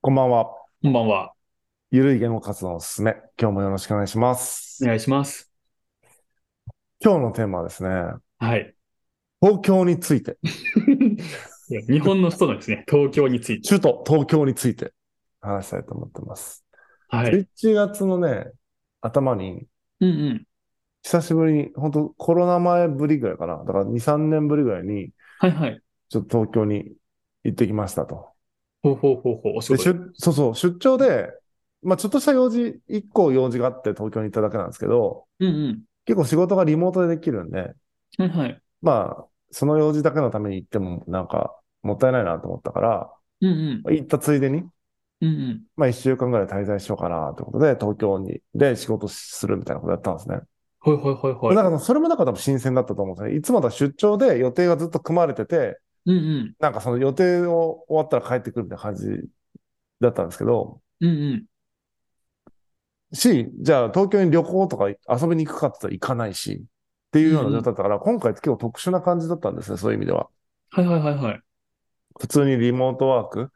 こんばんは。こんばんは。ゆるい言語活動のすすめ。今日もよろしくお願いします。お願いします。今日のテーマはですね、はい。 東京について、いや日本の首都のですね、東京について。首都東京について話したいと思ってます。はい。 11月のね、頭に、うんうん。久しぶりに、本当コロナ前ぶりぐらいかな。だから2、3年ぶりぐらいに、はいはい。ちょっと東京に行ってきましたと。ほうほうほうほう。お仕で、事。出そうそう、出張で、まあちょっとした用事、1個用事があって東京に行っただけなんですけど、うん結構仕事がリモートでできるんで、うん。はいはい。まあ、その用事だけのために行っても、なんか、もったいないなと思ったから、うんうん。行ったついでに、うんうん。まあ、一週間ぐらい滞在しようかなということで、東京に、で、仕事するみたいなことやったんですね。ほいほいほいほい。なんか、それもなんか多分新鮮だったと思うんですね。いつもだと出張で予定がずっと組まれてて、うんうん。なんかその予定を終わったら帰ってくるみたいな感じだったんですけど、うんうん。し、じゃあ東京に旅行とか遊びに行くかって言ったら行かないし、っていうような状態だったから、今回って結構特殊な感じだったんですね、そういう意味では。はいはいはいはい。普通にリモートワーク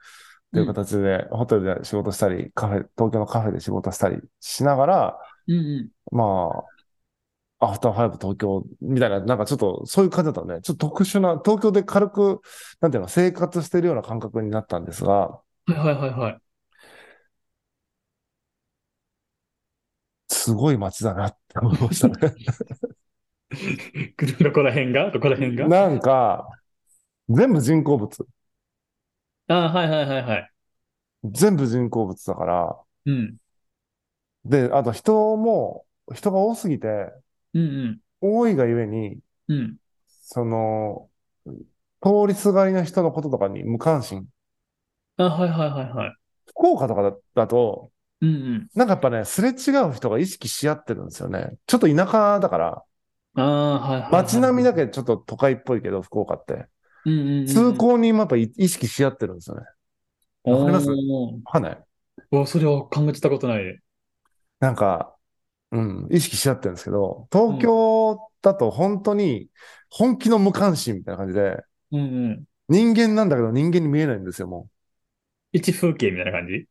という形で、ホテルで仕事したり、カフェ、東京のカフェで仕事したりしながら、うんうん。まあ、アフターファイブ東京みたいな、なんかちょっとそういう感じだったね。ちょっと特殊な、東京で軽く、なんていうの、生活してるような感覚になったんですが、はいはいはいはい。 すごい街だなって思いま したね。どこら辺がどこら辺がなんか、全部人工物。あーはいはいはいはい。全部人工物だから、うん。で、あと人も、人が多すぎて、うんうん。多いがゆえに、うん。その、通りすがりの人のこととかに無関心。あーはいはいはいはい。福岡とかだだと、うんうん。なんかやっぱね、すれ違う人が意識し合ってるんですよね。ちょっと田舎だから、ああ、はいはいはい。街並みだけちょっと都会っぽいけど、福岡って。うんうんうん。通行人もやっぱい意識し合ってるんですよね。わかりますおーわかんないおー、それは考えてたことない。なんか、うん、意識し合ってるんですけど、東京だと本当に、本気の無関心みたいな感じで、うんうん。人間なんだけど人間に見えないんですよ、も一風景みたいな感じう。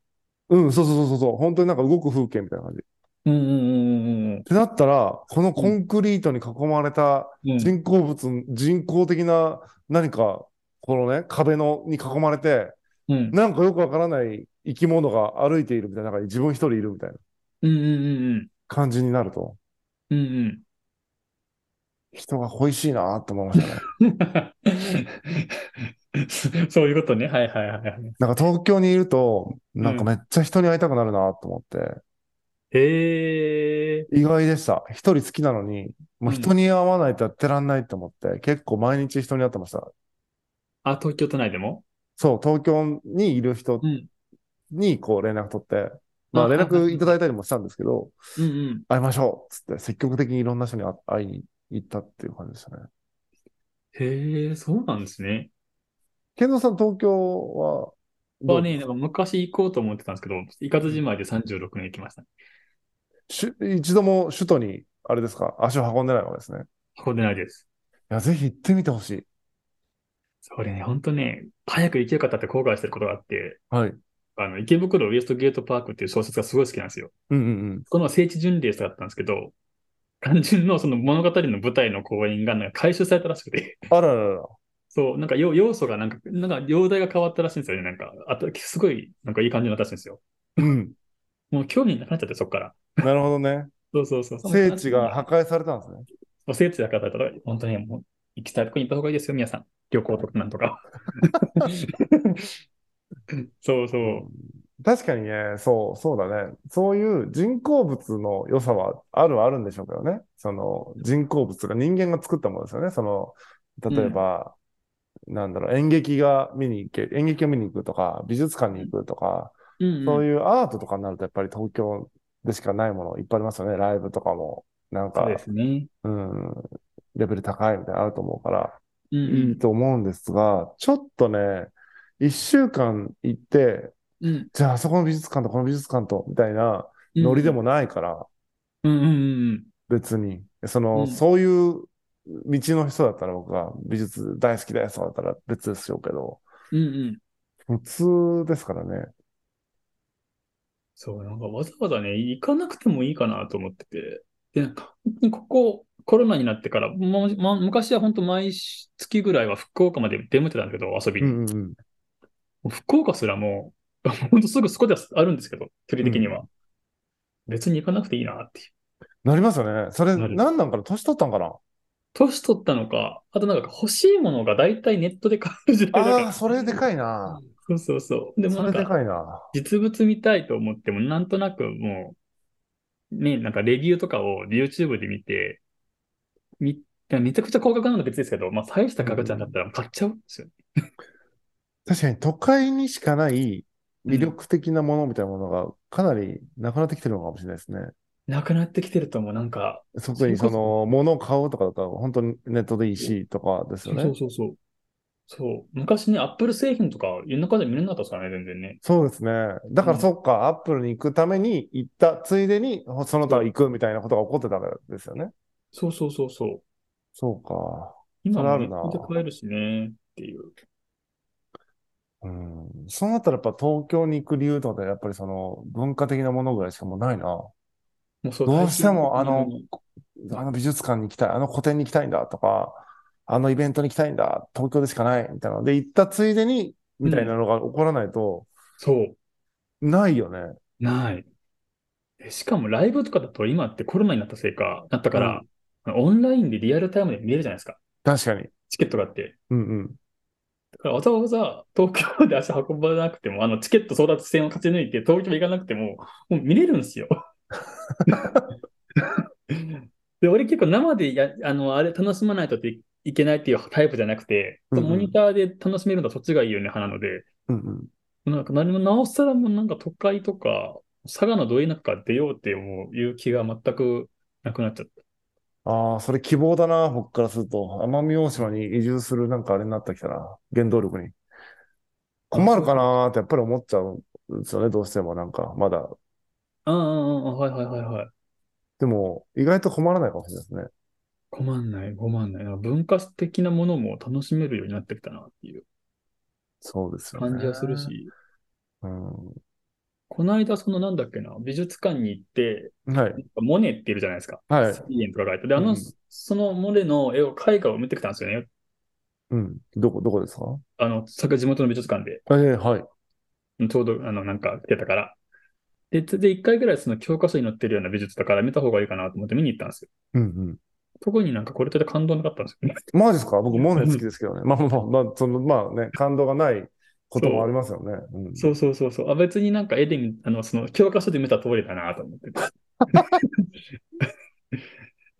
うん、そうそうそうそう、本当になんか動く風景みたいな感じ。うんうんうんうんうんってなったら、このコンクリートに囲まれたうん。人工物、人工的な何か、このね、壁のに囲まれて、うん。なんかよくわからない生き物が歩いているみたいな中に自分一人いるみたいなうんうんうん感じになると、うん。うん人が恋しいなって思いましたね。うん。そういうことね。はいはいはいはい。なんか東京にいると、なんかめっちゃ人に会いたくなるなと思って、へえ。意外でした。一人好きなのに、もう人に会わないとやってらんないと思って、結構毎日人に会ってました。あ、東京都内でもそう、東京にいる人うん。にこう連絡取って、まああ連絡いただいたりもしたんですけど、うんうん。会いましょうっつって積極的にいろんな人に会会いに行ったっていう感じでしたね。へえ、そうなんですね。健三さん、東京はどうはね、なんか昔行こうと思ってたんですけど、行かずじまいで36年行きましたね。しゅ一度も首都に、あれですか、足を運んでないわけですね。運んでないです。いや、ぜひ行ってみてほしい。それね、ほんとね、早く行けよかったって後悔してることがあって、はい。あの、池袋ウエストゲートパークっていう小説がすごい好きなんですよ。うんうんこの聖地巡礼したかったんですけど、単純のその物語の舞台の公演がなんか回収されたらしくて、 うん。あらららら。そう、なんか要要素がなんか、なんか容体が変わったらしいんですよね。なんか、あと、すごい、なんかいい感じになったらしいんですよ。うん。もう興味なくなっちゃって、そっから。なるほど ね。そうそうそう。聖地が破壊されたんですね。そう。聖地だからだったら、本当にもう、行きたいとこに行った方がいいですよ、皆さん。旅行とかなんと か。そうそう。確かにね、そう、そうだね。そういう人工物の良さはあるはあるんでしょうけどね。その人工物が人間が作ったものですよね。その、例えば、なんだろう、演劇が見に行け、演劇を見に行くとか、美術館に行くとか、うん、そうういうアートとかになるとやっぱり東京でしかないものいっぱいありますよね。ライブとかも、なんそかう、ですね。うん、レベル高いみたいなのあると思うから。うんういんいと思うんですが、ちょっとね、一週間行って、うんじゃああそこの美術館とこの美術館と、みたいなうんノリでもないから、うんうんうん別に。その、うんそういう道の人だったら僕が美術大好きですとかだったら別ですよけど、うんうんうん普通ですからね。そう、なんかわざわざね、行かなくてもいいかなと思ってて。で、なんか、本当にここ、コロナになってから、もうま昔は本当毎月ぐらいは福岡まで出向いてたんだけど、遊びうに。んうんうん。もう福岡すらも う、本当すぐそこではあるんですけど、距離的には。別に行かなくていいなっていう。なりますよね。それ、なるなんなんかな年取ったんかな年取ったのか、あとなんか欲しいものが大体ネットで買える時代だかああ、ら。それでかいな。そうそうそう。でもそれなんでか、かいな。実物見たいと思っても、なんとなくもう、ね、なんかレビューとかを YouTube で見て、み、めちゃくちゃ高額なのは別ですけど、まあ大した価格じゃなかったら買っちゃうんですよね。確かに都会にしかない魅力的なものみたいなものがかなりなくなってきてるのかもしれないですね。なくなってきてるともうなんか、特にそれこそその、物を買うとかだったら本当にネットでいいしとかですよね。そうそうそう。そう。昔ね、アップル製品とか、夜中で見れなかったですからね、全然ね。そうですね。だからうんそっか、アップルに行くために行った、ついでにその他行くみたいなことが起こってたわけですよね。そうそうそうそう。そうか。今それあもネるなットで買えるしね、っていう。うん。そうなったらやっぱ東京に行く理由とかでやっぱりその文化的なものぐらいしかもうないな。もうそうどうしても体験的なあのあの美術館に行きたい、あの個展に行きたいんだとか、あのイベントに行きたいんだ、東京でしかないみたいなので、行ったついでに、みたいなのが起こらないと、そう。ないよね。ない。えしかもライブとかだと今ってコロナになったせいか、なったから、オンラインでリアルタイムで見れるじゃないですか。確かに。チケットがあって。うんうん。だからわざわざ東京で足運ばなくても、あのチケット争奪戦を勝ち抜いて東京行かなくても、もう見れるん ですよ。で、俺結構生でや、あの、あれ楽しまないといいけないっていうタイプじゃなくて、うんうんモニターで楽しめるのはそっちがいいよね、派なので、うんうん。なんか何もなおさらもうなんか都会とか、佐賀のど田舎から出ようってもういう気が全くなくなっちゃった。ああ、それ希望だな、僕からすると。奄美大島に移住するなんかあれになってきたな。原動力に。困るかなーってやっぱり思っちゃうんですよね、どうしてもなんか、まだ。ああ、はいはいはいはい。でも、意外と困らないかもしれないですね。困んない、困んない。なんか文化的なものも楽しめるようになってきたなっていうそうですよね。感じはするし、うん。この間そのなんだっけな、美術館に行って、はい。なんかモネっているじゃないですか。はいサイエンとか書いて。で、あうの、んそのモネの絵を、絵画を見てきたんですよね。うん。どこ、どこですかあの、佐賀地元の美術館で。ええはい。ちょうど、あの、なんか来てたから。で、つで、一回ぐらいその教科書に載ってるような美術だから見た方がいいかなと思って見に行ったんですよ。うんうん。特になんかこれとて感動なかったんですよね。マジですか僕、モネ好きですけどね。まあまあまあ、まあ、その、まあね、感動がないこともありますよね。うん、そうそうそうそう。あ、別になんか絵で見、あの、その教科書で見た通りだなと思って。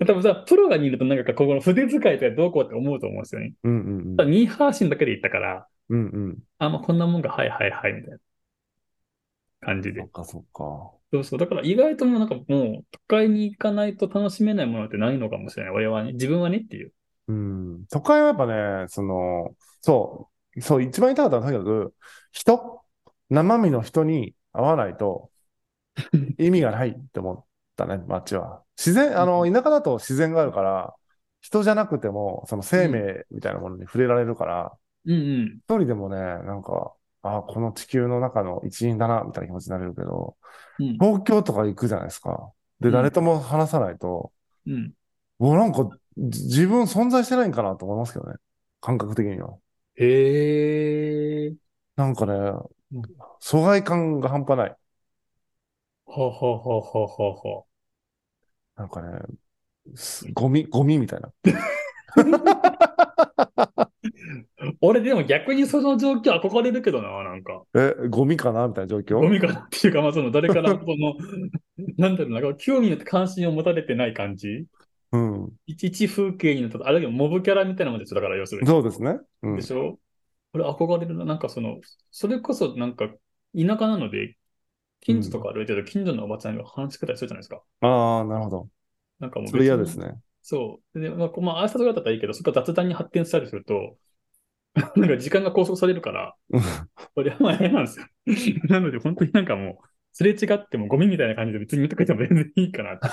多分さ、プロが見るとなんかここの筆遣いとかどうこうって思うと思うんですよね。うんうんただミーハーシンだけで行ったから、うん。うんうん。あ、まあこんなもんが、はいはいはい、みたいな感じでそっ。かそっか。そうそう。だから意外ともうなんかもう都会に行かないと楽しめないものってないのかもしれない。俺はね、自分はねっていう。うん。都会はやっぱね、その、そう、そう、一番言いたかったのはとにかく、人、生身の人に会わないと意味がないって思った ね、街は。自然、あの、田舎だと自然があるから、人じゃなくても、その生命みたいなものに触れられるから、うんうん。一人でもね、なんか、あーこの地球の中の一員だな、みたいな気持ちになれるけど、うん東京とか行くじゃないですか。で、うん誰とも話さないと、うん。もうなんか、じ自分存在してないんかなと思いますけどね。感覚的には。へえ。なんかねん、疎外感が半端ない。はははははは。なんかね、すゴミ、ゴミみたいな。俺でも逆にその状況憧れるけどな、なんか。え、ゴミかなみたいな状況ゴミかなっていうか、まあその誰 からもこの、なんだろうな、こう興味によって関心を持たれてない感じ。うん。一一風景になった、あれでもモブキャラみたいなもんでしょ、だから要するに。そうですね。うんで。しょ俺憧れるな、なんかその、それこそなんか田舎なので、近所とか歩いてると近所のおばちゃんが話しかけたりするじゃないですか。ああ、なるほど。なんかもうそれ嫌で別にすね。そう。で、まあ、こうまあ、挨拶ぐらいだったらいいけど、そこから雑談に発展したりすると、 なんか時間が拘束されるからうん、これはまあ変なんですよ。 なので、本当になんかもう、すれ違ってもゴミみたいな感じで別に見とけても全然いいかなって。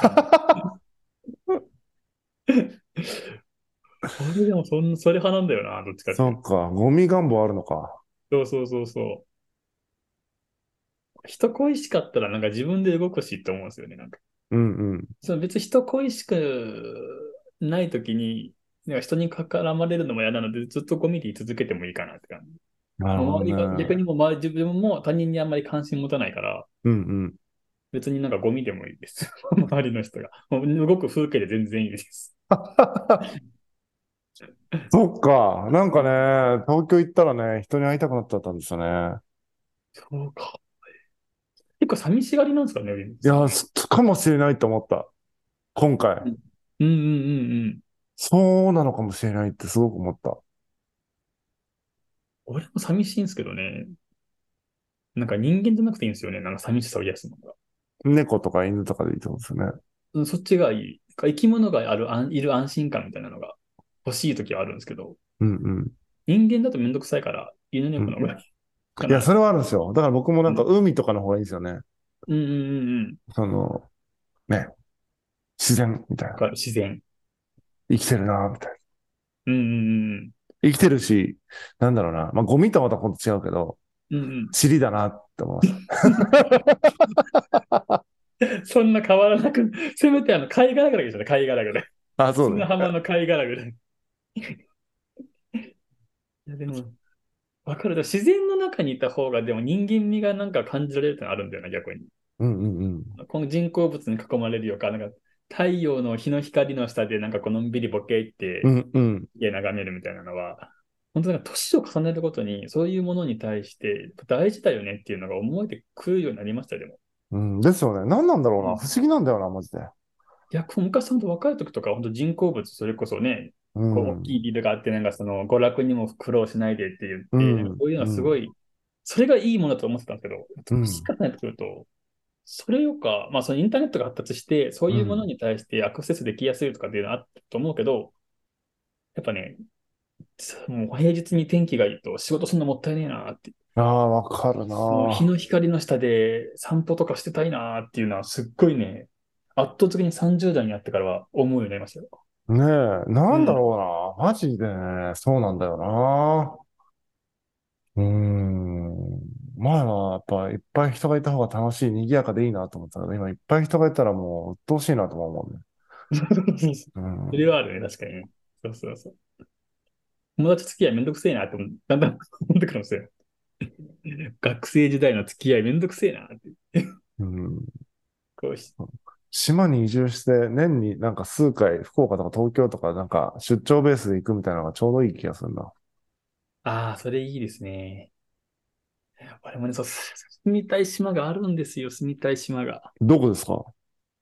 俺でもそん、それ派なんだよな、どっちかってそっか、ゴミ願望あるのか。そうそうそうそう。人恋しかったらなんか自分で動くしって思うんですよね。なんかうんうん。その別に人恋しくない時に、なんか人に絡まれるのも嫌なので、ずっとコミュニティ続けてもいいかなって感じ。なるほ周どねりが逆にもう周り自分も他人にあんまり関心持たないから、うん別になんかゴミでもいいです。 周りの人が。もう動く風景で全然いいです。うん。そっか。なんかね、東京行ったらね、人に会いたくなっちゃったんですよね。そうか。結構寂しがりなんですかね、ウィンいや、すかもしれないと思った。今回。うんうんうんうん。そうなのかもしれないってすごく思った。俺も寂しいんですけどね。なんか人間じゃなくていいんですよね。なんか寂しさを癒すのが。猫とか犬とかでいいと思うんですよね。うんそっちがいい。なんか生き物があるあんいる安心感みたいなのが欲しい時はあるんですけど、うんうん。人間だとめんどくさいから、犬猫の方がいいかいや、な。それはあるんですよ。だから僕もなんか海とかの方がいいんですよね。うんうんうんうん。その、ね、自然みたいだな。から自然。生きてるなみたいな。うんうん生きてるし、なんだろうな。まあ、ゴミとはまた今度違うけど、うん。うん塵だなって思いま した。うん、 そんな変わらなく、せめてあの貝殻ぐらいでしょね、貝殻ぐらい。あ、そう砂ね。浜の貝殻ぐらい。 いやでも、わかる。だから自然の中にいた方が、でも人間味がなんか感じられるってのあるんだよな、逆に。うんうんうん。この人工物に囲まれるよか、なんか太陽の日の光の下で、なんかこうのんびりボケってうんうん。家眺めるみたいなのは、本当なんか年を重ねるごとに、そういうものに対して大事だよねっていうのが思えてくるようになりましたよ、でも。うん、ですよね。何なんだろううんな。不思議なんだよな、マジで。いや、こう昔本当若い時とか、本当人工物、それこそね、うこう大ん。きいリードがあって、なんかその娯楽にも苦労しないでって言って、うんなんかこういうのはすごい、それがいいものだと思ってたんですけど、うん年重ねてくると、それよりか、まあそのインターネットが発達して、そういうものに対してアクセスできやすいとかっていうのはあったと思うけど、やっぱね、もう平日に天気がいいと仕事そんなもったいねえなって、ああ、わかるな。もう日の光の下で散歩とかしてたいなっていうのはすっごいね、圧倒的に30代になってからは思うようになりま したよ。ねえ、なんだろうな。マジでね、そうなんだよな。うーん。前はやっぱいっぱい人がいた方が楽しい、賑やかでいいなと思ったけど、今いっぱい人がいたらもう鬱陶しいなとも思うね。それはあるね、確かにね。そうそうそう。友達付き合いめんどくせえなって思う、だんだん思ってくるんですよ。学生時代の付き合いめんどくせえなって。うん。うん。こうし島に移住して年になんか数回福岡とか東京とかなんか出張ベースで行くみたいなのがちょうどいい気がするな。ああ、それいいですね。俺もね、そう、住みたい島があるんですよ、住みたい島が。どこですか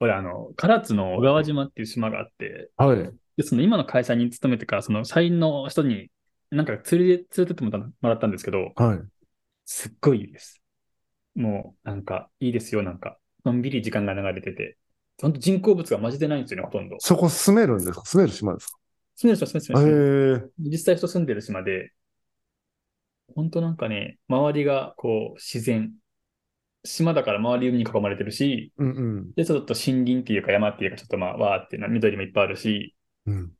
俺、あの、唐津の小川島っていう島があって、はい。で、その今の会社に勤めてから、その社員の人に、なんか連れて、連れてってもらったもらったんですけど、はい。すっごいいいです。もう、なんか、いいですよ、なんか。のんびり時間が流れてて。ほんと人工物がマジでないんですよね、ほとんど。そこ住めるんですか住める島です住んでる人、住んでるかへ人え住んでる人。実際人住んでる島で、ほんとなんかね、周りがこう、自然。島だから周り海に囲まれてるし、うんうん。で、ちょっと森林っていうか山っていうか、ちょっとまあ、わーってな、緑もいっぱいあるし、うん。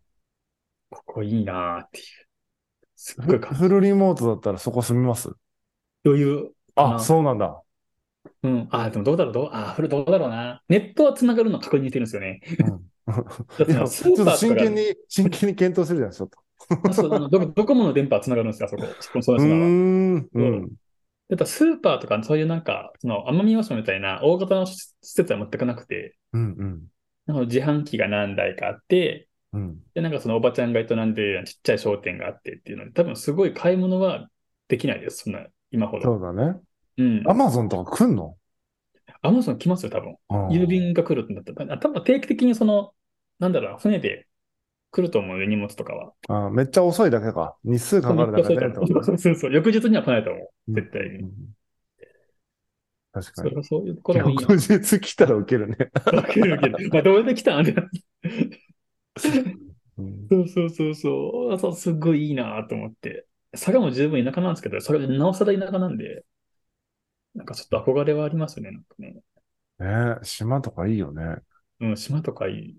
ここいいなーっていう。すっごいかフルリモートだったらそこ住みます余裕。あ、なそうなんだ。うん。あー、でもどうだろう、どう、あー、これどうだろうな。ネットは繋がるの確認してるんですよね。だっい てや、スちょっーとパーとか真が剣に、 真剣に検討してるじゃん、ちょっと。あそうあのドコドコモの電波はつながるんですか、そこ。そのそうの島は。ん、うん。だからスーパーとか、そういうなんか、その奄美大島みたいな大型の施設は全くなくて、うん、うん。なんか自販機が何台かあって、うん。で、なんかそのおばちゃんが営んでるようなちっちゃい商店があってっていうので、多分すごい買い物はできないです、そんな、今ほそど。うだね。うん。アマゾンとか来んのアマゾン来ますよ、多分。うん郵便が来るってなったら、多分定期的にその、なんだろうな、船で来ると思うよ、荷物とかは。あめっちゃ遅いだけか。日数かかるだそけうね。そうそうそう、翌日には来ないと思う。絶対うに。ん確かそれに。はそういうところもいいな翌日来たら受けるね。わけるわける。まあ、どうやって来たんってなってうんそうそうそうそう。あそうすっごいいいなと思って。佐賀も十分田舎なんですけど、それなおさら田舎なんで、なんかちょっと憧れはありますよね、なんかね。ね島とかいいよね。うん、島とかいい。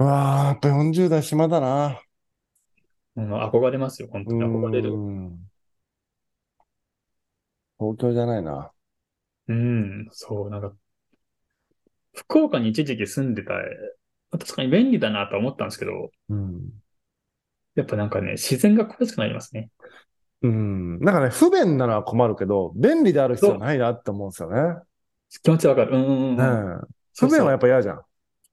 うわあ、やっぱ40代島だな。うん、憧れますよ、本当に憧れうる。ん。東京じゃないな。うん、そう、なんか、福岡に一時期住んでた、確かに便利だなとは思ったんですけど、うん。やっぱなんかね、自然が恋しくなりますね。うん。なんかね、不便なのは困るけど、便利である必要ないなって思うんですよね。気持ちわかる。うんうんうん。ねえそう不便はやっぱ、ぱ嫌じゃん。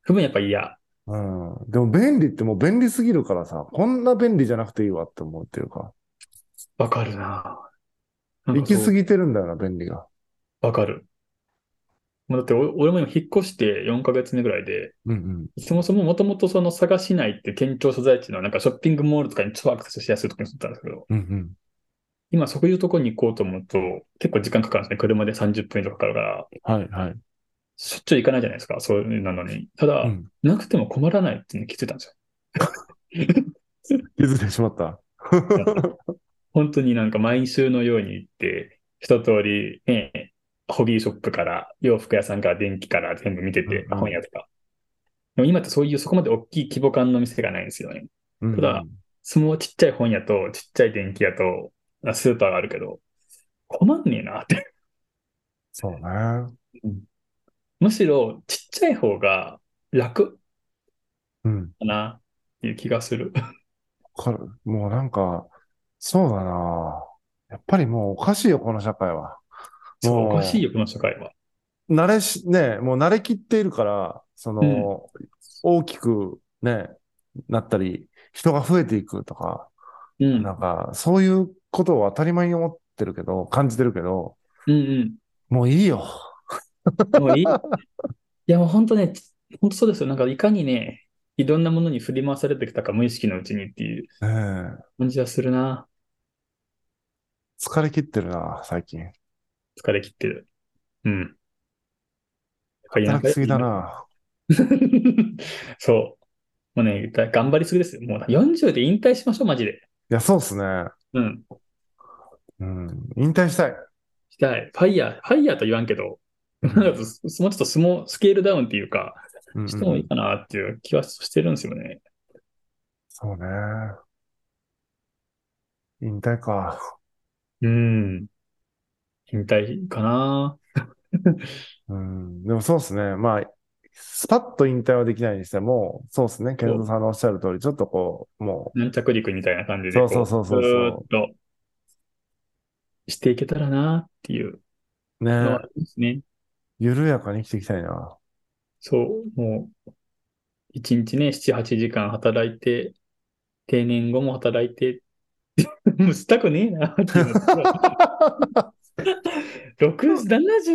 不便やっぱ嫌。うん。でも便利ってもう便利すぎるからさ、こんな便利じゃなくていいわって思うっていうか、わかるななん行かそうき過ぎてるんだよな、便利が。わかる。もうだってお、俺も今引っ越して4ヶ月目ぐらいで、うんそもそももともとその佐賀市内って県庁所在地のなんかショッピングモールとかに超アクセスしやすいところに住んでたんですけど、うん。うん今そういうところに行こうと思うと、結構時間かかるんですね。車で30分以上かかるから、うん。はいはい。しょっちゅう行かないじゃないですか、そういうなのに。ただ、うんなくても困らないっていうのに気づいたんですよ。気づいてしまった。本当になんか毎週のように行って、一通り、ね、ホビーショップから、洋服屋さんから、電気から全部見てて、うんうん本屋とか。でも今ってそういうそこまで大きい規模感の店がないんですよね。うんただ、そのちっちゃい本屋と、ちっちゃい電気屋と、スーパーがあるけど、困んねえなって。そうね。むしろちっちゃい方が楽うん。かなっていう気がする。わかる。もうなんか、そうだな。やっぱりもうおかしいよ、この社会は。 そうもうおかしいよ、この社会は。慣れし、ね、もう慣れきっているから、その、大きくね、なったり、人が増えていくとか、うん。なんか、そういうことを当たり前に思ってるけど、感じてるけど、うんもういいよ。うん。もういい。いや、もう本当ね、本当そうですよ。なんか、いかにね、いろんなものに振り回されてきたか、無意識のうちにっていうねえ感じはするな。疲れ切ってるな、最近。疲れ切ってる。うん。やっ働ぱきりすぎだ。な。 そう。もうね、だ頑張りすぎですよ。もう40で引退しましょう、マジで。いや、そうっすね。うん。うん。引退 したい。したい。ファイヤー、ファイヤーと言わんけど、なんかもうちょっとスモスケールダウンっていうか、うんうんしてもいいかなっていう気はしてるんですよね。そうね。引退か。うん。引退かな。うん。でもそうっすね。まあ、スパッと引退はできないにしても、そうっすね。ケンゾさんのおっしゃる通り、ちょっとこう、も軟着陸みたいな感じで、こそうそうそうそうずそうーっとしていけたらなっていうう、ね、のはありますね。緩やかに生きていきたいな。そう、もう、一日ね、7、8時間働いて、定年後も働いて、 もうしたくねえなっていうの と6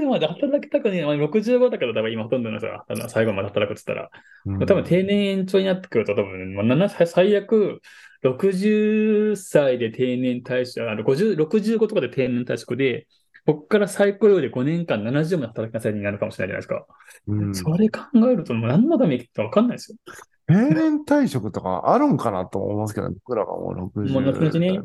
70まで働きたくねえな。まあ65だから多分今ほとんどの人が働最後まで働くって言ったら、うん多分定年延長になってくると、多分、まあ、7歳最悪、60歳で定年退職、あの50 65とかで定年退職で、こっから再雇用で5年間70まで働きなさいになるかもしれないじゃないですか。うんそれ考えると、もう何のために生きてるか分かんないですよ。定年退職とかあるんかなと思うんですけど、僕らがもう60もう60ねね。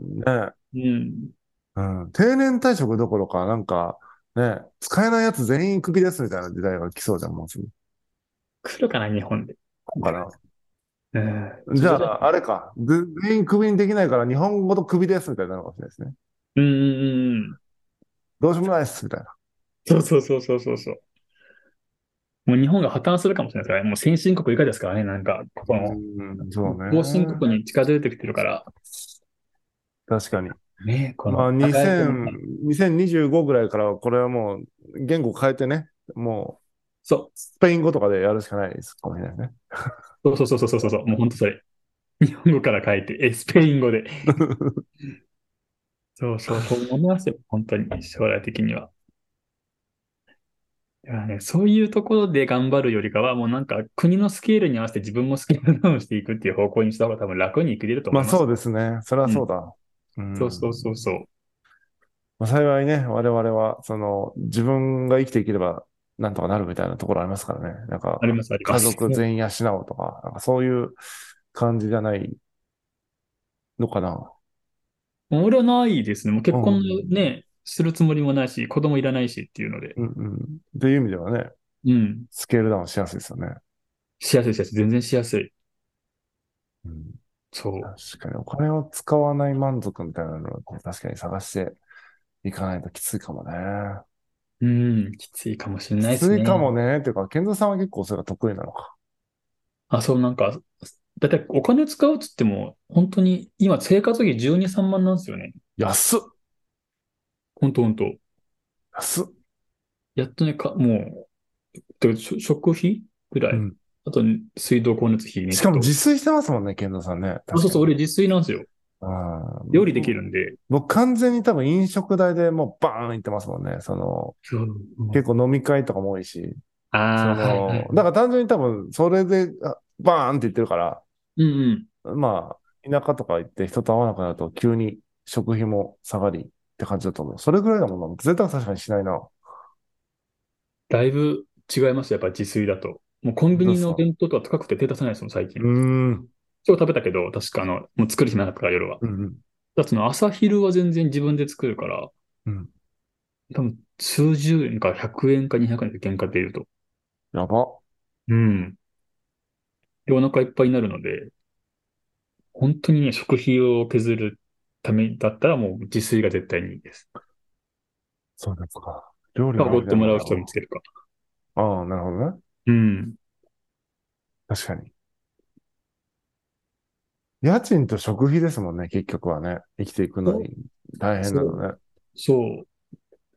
うん。うん。定年退職どころか、なんか、ね、使えないやつ全員クビですみたいな時代が来そうじゃん、もうすぐ。来るかな、日本で。かな。うん。じゃそれあ、あれか。ぜ全員クビにできないから、日本語とクビですみたいになるかもしれないですね。うんうんうん。どうしようもないです、みたいな。そうそうそうそうそうそう。もう日本が破綻するかもしれないですからね。もう先進国以下ですからね、なんか、ここの。うん、そうね。後進国に近づいてきてるから。確かに。ね、この。まあ、2000高い2025ぐらいからは、これはもう、言語変えてね、もう、そう。スペイン語とかでやるしかないですかもしれないね。そうそうそうそうそうそう。もう本当それ。日本語から書いて、え、スペイン語で。そうそう、そう思いますよ。本当に、将来的には。だからね、そういうところで頑張るよりかは、もうなんか国のスケールに合わせて自分もスケールダウンしていくっていう方向にした方が多分楽に生きれると思まいあ、ます。そうですね。それはそうだ。んそうそうそうそう。まあ、幸いね、我々は、その、自分が生きていければ、なんとかなるみたいなところありますからね。なんかあ、ります、ありま家す。族全員養うとか、なんかそういう感じじゃないのかな。もう俺はないですね。もう結婚うんね、するつもりもないし、子供いらないしっていうので。うんうん。っていう意味ではね、うん。スケールダウンしやすいですよね。しやすいしやすい。全然しやすい。うん、そう。確かに、お金を使わない満足みたいなのをこう確かに探して行かないときついかもね。うん、きついかもしれないきですね。ついかもね。っていうか、健三さんは結構それが得意なのか。あ、そう、なんか、だいたいお金使うっつっても、本当に、今生活費12、3万なんですよね。安っ本当本当。安っやっとね、か、もう、てかしょ食費ぐらい。うんあと、水道光熱費ねしかもちょっ自炊してますもんね、健三さんね。とあ、そうそう、確俺自炊なんですよ。かにうん料理できるんで。僕完全に多分飲食代でもうバーン行ってますもんね。その、結構飲み会とかも多いし。そああ、はいの、はい。だから単純に多分それであバーンって言ってるから、うんうん。まあ、田舎とか行って人と会わなくなると急に食費も下がりって感じだと思う。それぐらいだもんな。贅沢確かにしないな。だいぶ違いますよやっぱ自炊だと。もうコンビニの弁当とは高くて手出さないですもん、最う近ー。ん。今日食べたけど、確かあの、もう作る暇なかったから、夜は。うんうん。だってその朝昼は全然自分で作るから、うん多分数十円か100円か200円で原価で言うと。やば。うん。で、お腹いっぱいになるので、本当にね、食費を削るためだったらもう自炊が絶対にいいです。そうですか。料理まあのおごってもらう人を見つけるか。ああ、なるほどね。うん。確かに。家賃と食費ですもんね、結局はね。生きていくのに大変なのね。そう。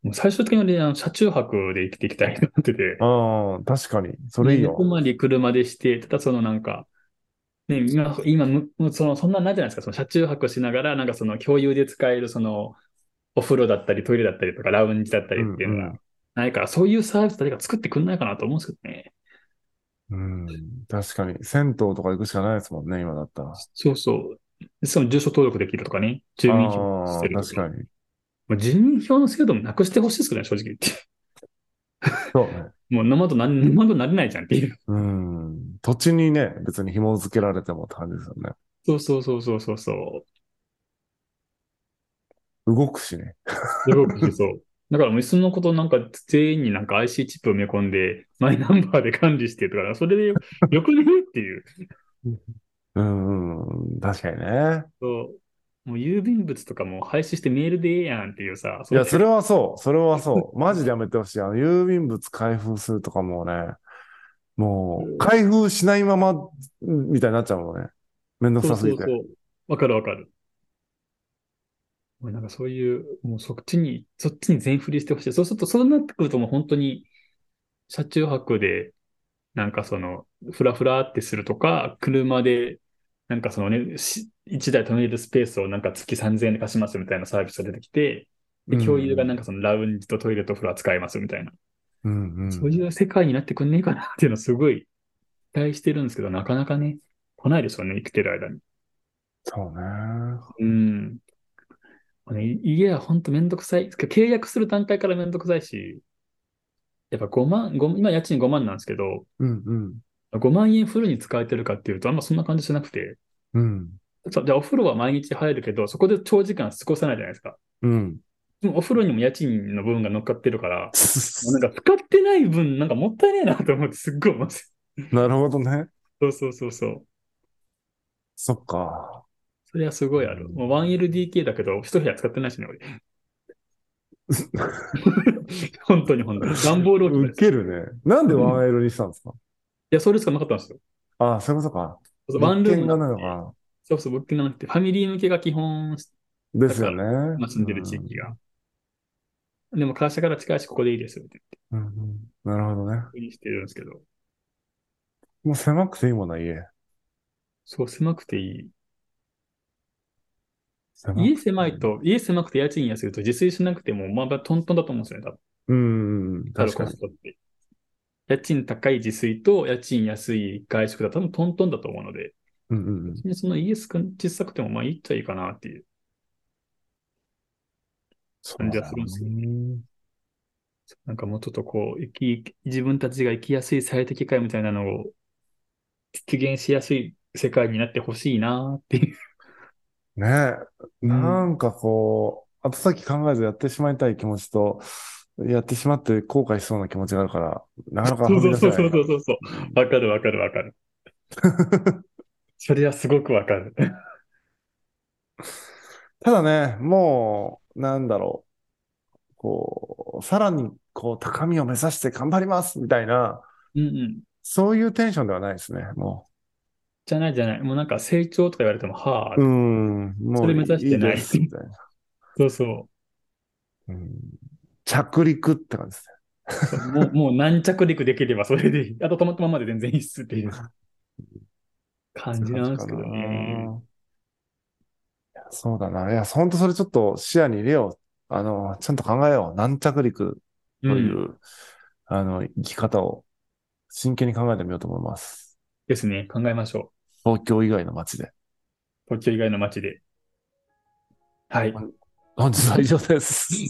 もう最終的に俺あの車中泊で生きていきたいと思ってて。ああ、確かに。それいいよここ。まで車でして、ただそのなんか、ね、今、今むむその、そんななんじゃないですか、その車中泊しながら、なんかその共有で使える、その、お風呂だったり、トイレだったりとか、ラウンジだったりっていうのうんうがないから、そういうサービス誰か作ってくんないかなと思うんですけどね。うん。確かに。銭湯とか行くしかないですもんね、今だったら。そうそう。でその住所登録できるとかね、住民あ票あしてると確かに。もう住民票の制度もなくしてほしいですけどね、正直言って。そうね。もう、沼とな、沼となれないじゃんっていう。うん。土地にね、別に紐付けられてもって感じですよね。そうそうそうそうそうそう。動くしね。すごくそう。 だから、もういっそのことなんか全員になんか IC チップ埋め込んで、マイナンバーで管理してとか、それでよよくねっていう。うん、うん。確かにね。そう。もう郵便物とかも廃止してメールでええやんっていうさ、いや、それは。はそう。それはそう。マジでやめてほしい。あの、郵便物開封するとかもうね、もう、開封しないまま、みたいになっちゃうもんね。めんどくそうさすそぎうて。そう。わかるわかる。もうなんかそういう、もうそっちに、そっちに全振りしてほしい。そうすると、そうなってくるともう本当に、車中泊で、なんかその、ふらふらってするとか、車で、なんかそのね、し一台止めれるスペースをなんか月3000円で貸しますみたいなサービスが出てきて、で、うん共有がなんかそのラウンジとトイレと風呂は使えますみたいな、うんうん。そういう世界になってくんねえかなっていうのすごい期待してるんですけど、なかなかね、来ないですよね、生きてる間に。そうね。うん。ね家は本当めんどくさい。契約する段階からめんどくさいし、やっぱ5万、5今家賃5万なんですけど、うんうん。 5万円フルに使えてるかっていうと、あんまそんな感じしなくて、うん。そうじゃあお風呂は毎日入るけど、そこで長時間過ごさないじゃないですか。うん。でもお風呂にも家賃の部分が乗っかってるから、もうなんか使ってない分、なんかもったいねえなと思ってすっごい思います。 なるほどね。そうそうそうそう。そっか。それはすごいある。もう 1LDK だけど、一部屋使ってないし ね、俺。本当に本当に。段ボール置き場ウです。いケるね。なんでワンエルにしたんですかや、それしかなかったんですよ。ああ、そういうことか。そうワンルーム物件がなないののでかな。そうそう、物件がなくて、ファミリー向けが基本、ですよね。まあ住んでる地域が。でも会社から近いし、ここでいいですよってうん。うんうんなるほどね。ふうにしてるんですけど、もう狭くていいもんな、家。そう、狭くていい。狭く家狭いと、家狭くて家賃安いと自炊しなくても、まあ、トントンだと思うんですよね、多分。うんうん。確かあるにコス。トって。家賃高い自炊と、家賃安い外食だと多分トントンだと思うので、うんうんうん。でその家少小さくても、まあ、いいっちゃいいかなっていう。そ感じはするんですけどなんかもうちょっとこう、生き、自分たちが生きやすい最適解みたいなのを、実現しやすい世界になってほしいなっていう。ねえ、なんかこう、後先考えずやってしまいたい気持ちと、やってしまって後悔しそうな気持ちがあるから、なかなかそう踏み出せそうないそうそな。うそうそう。わかるわかるわかる。 それはすごくわかる。ただね、もう、なんだろこう、さらに、こう、高みを目指して頑張りますみたいな、うんうん。そういうテンションではないですね、もじゃないじゃない。もうなんか成長とか言われても、はあ、う。うん、もう。それ目指してなでいすみたいな。そうそうん着陸って感じですね。うそう。もう、もう軟着陸できればそれでいい。あと止まったままで全然いいっすっていう感じなんですけどそういう感じかね。な。いやそうだな。いや、ほんとそれちょっと視野に入れよう。あの、ちゃんと考えよう。軟着陸とういんう、あの、生き方を真剣に考えてみようと思います。ですね。考えましょ東京以外の街で。う。東京以外の街で。 はい。 本日は以上です。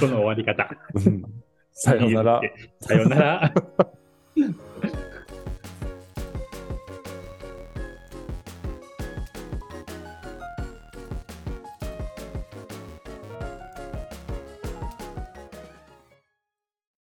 その終わり方。うんさようなら。さようなら。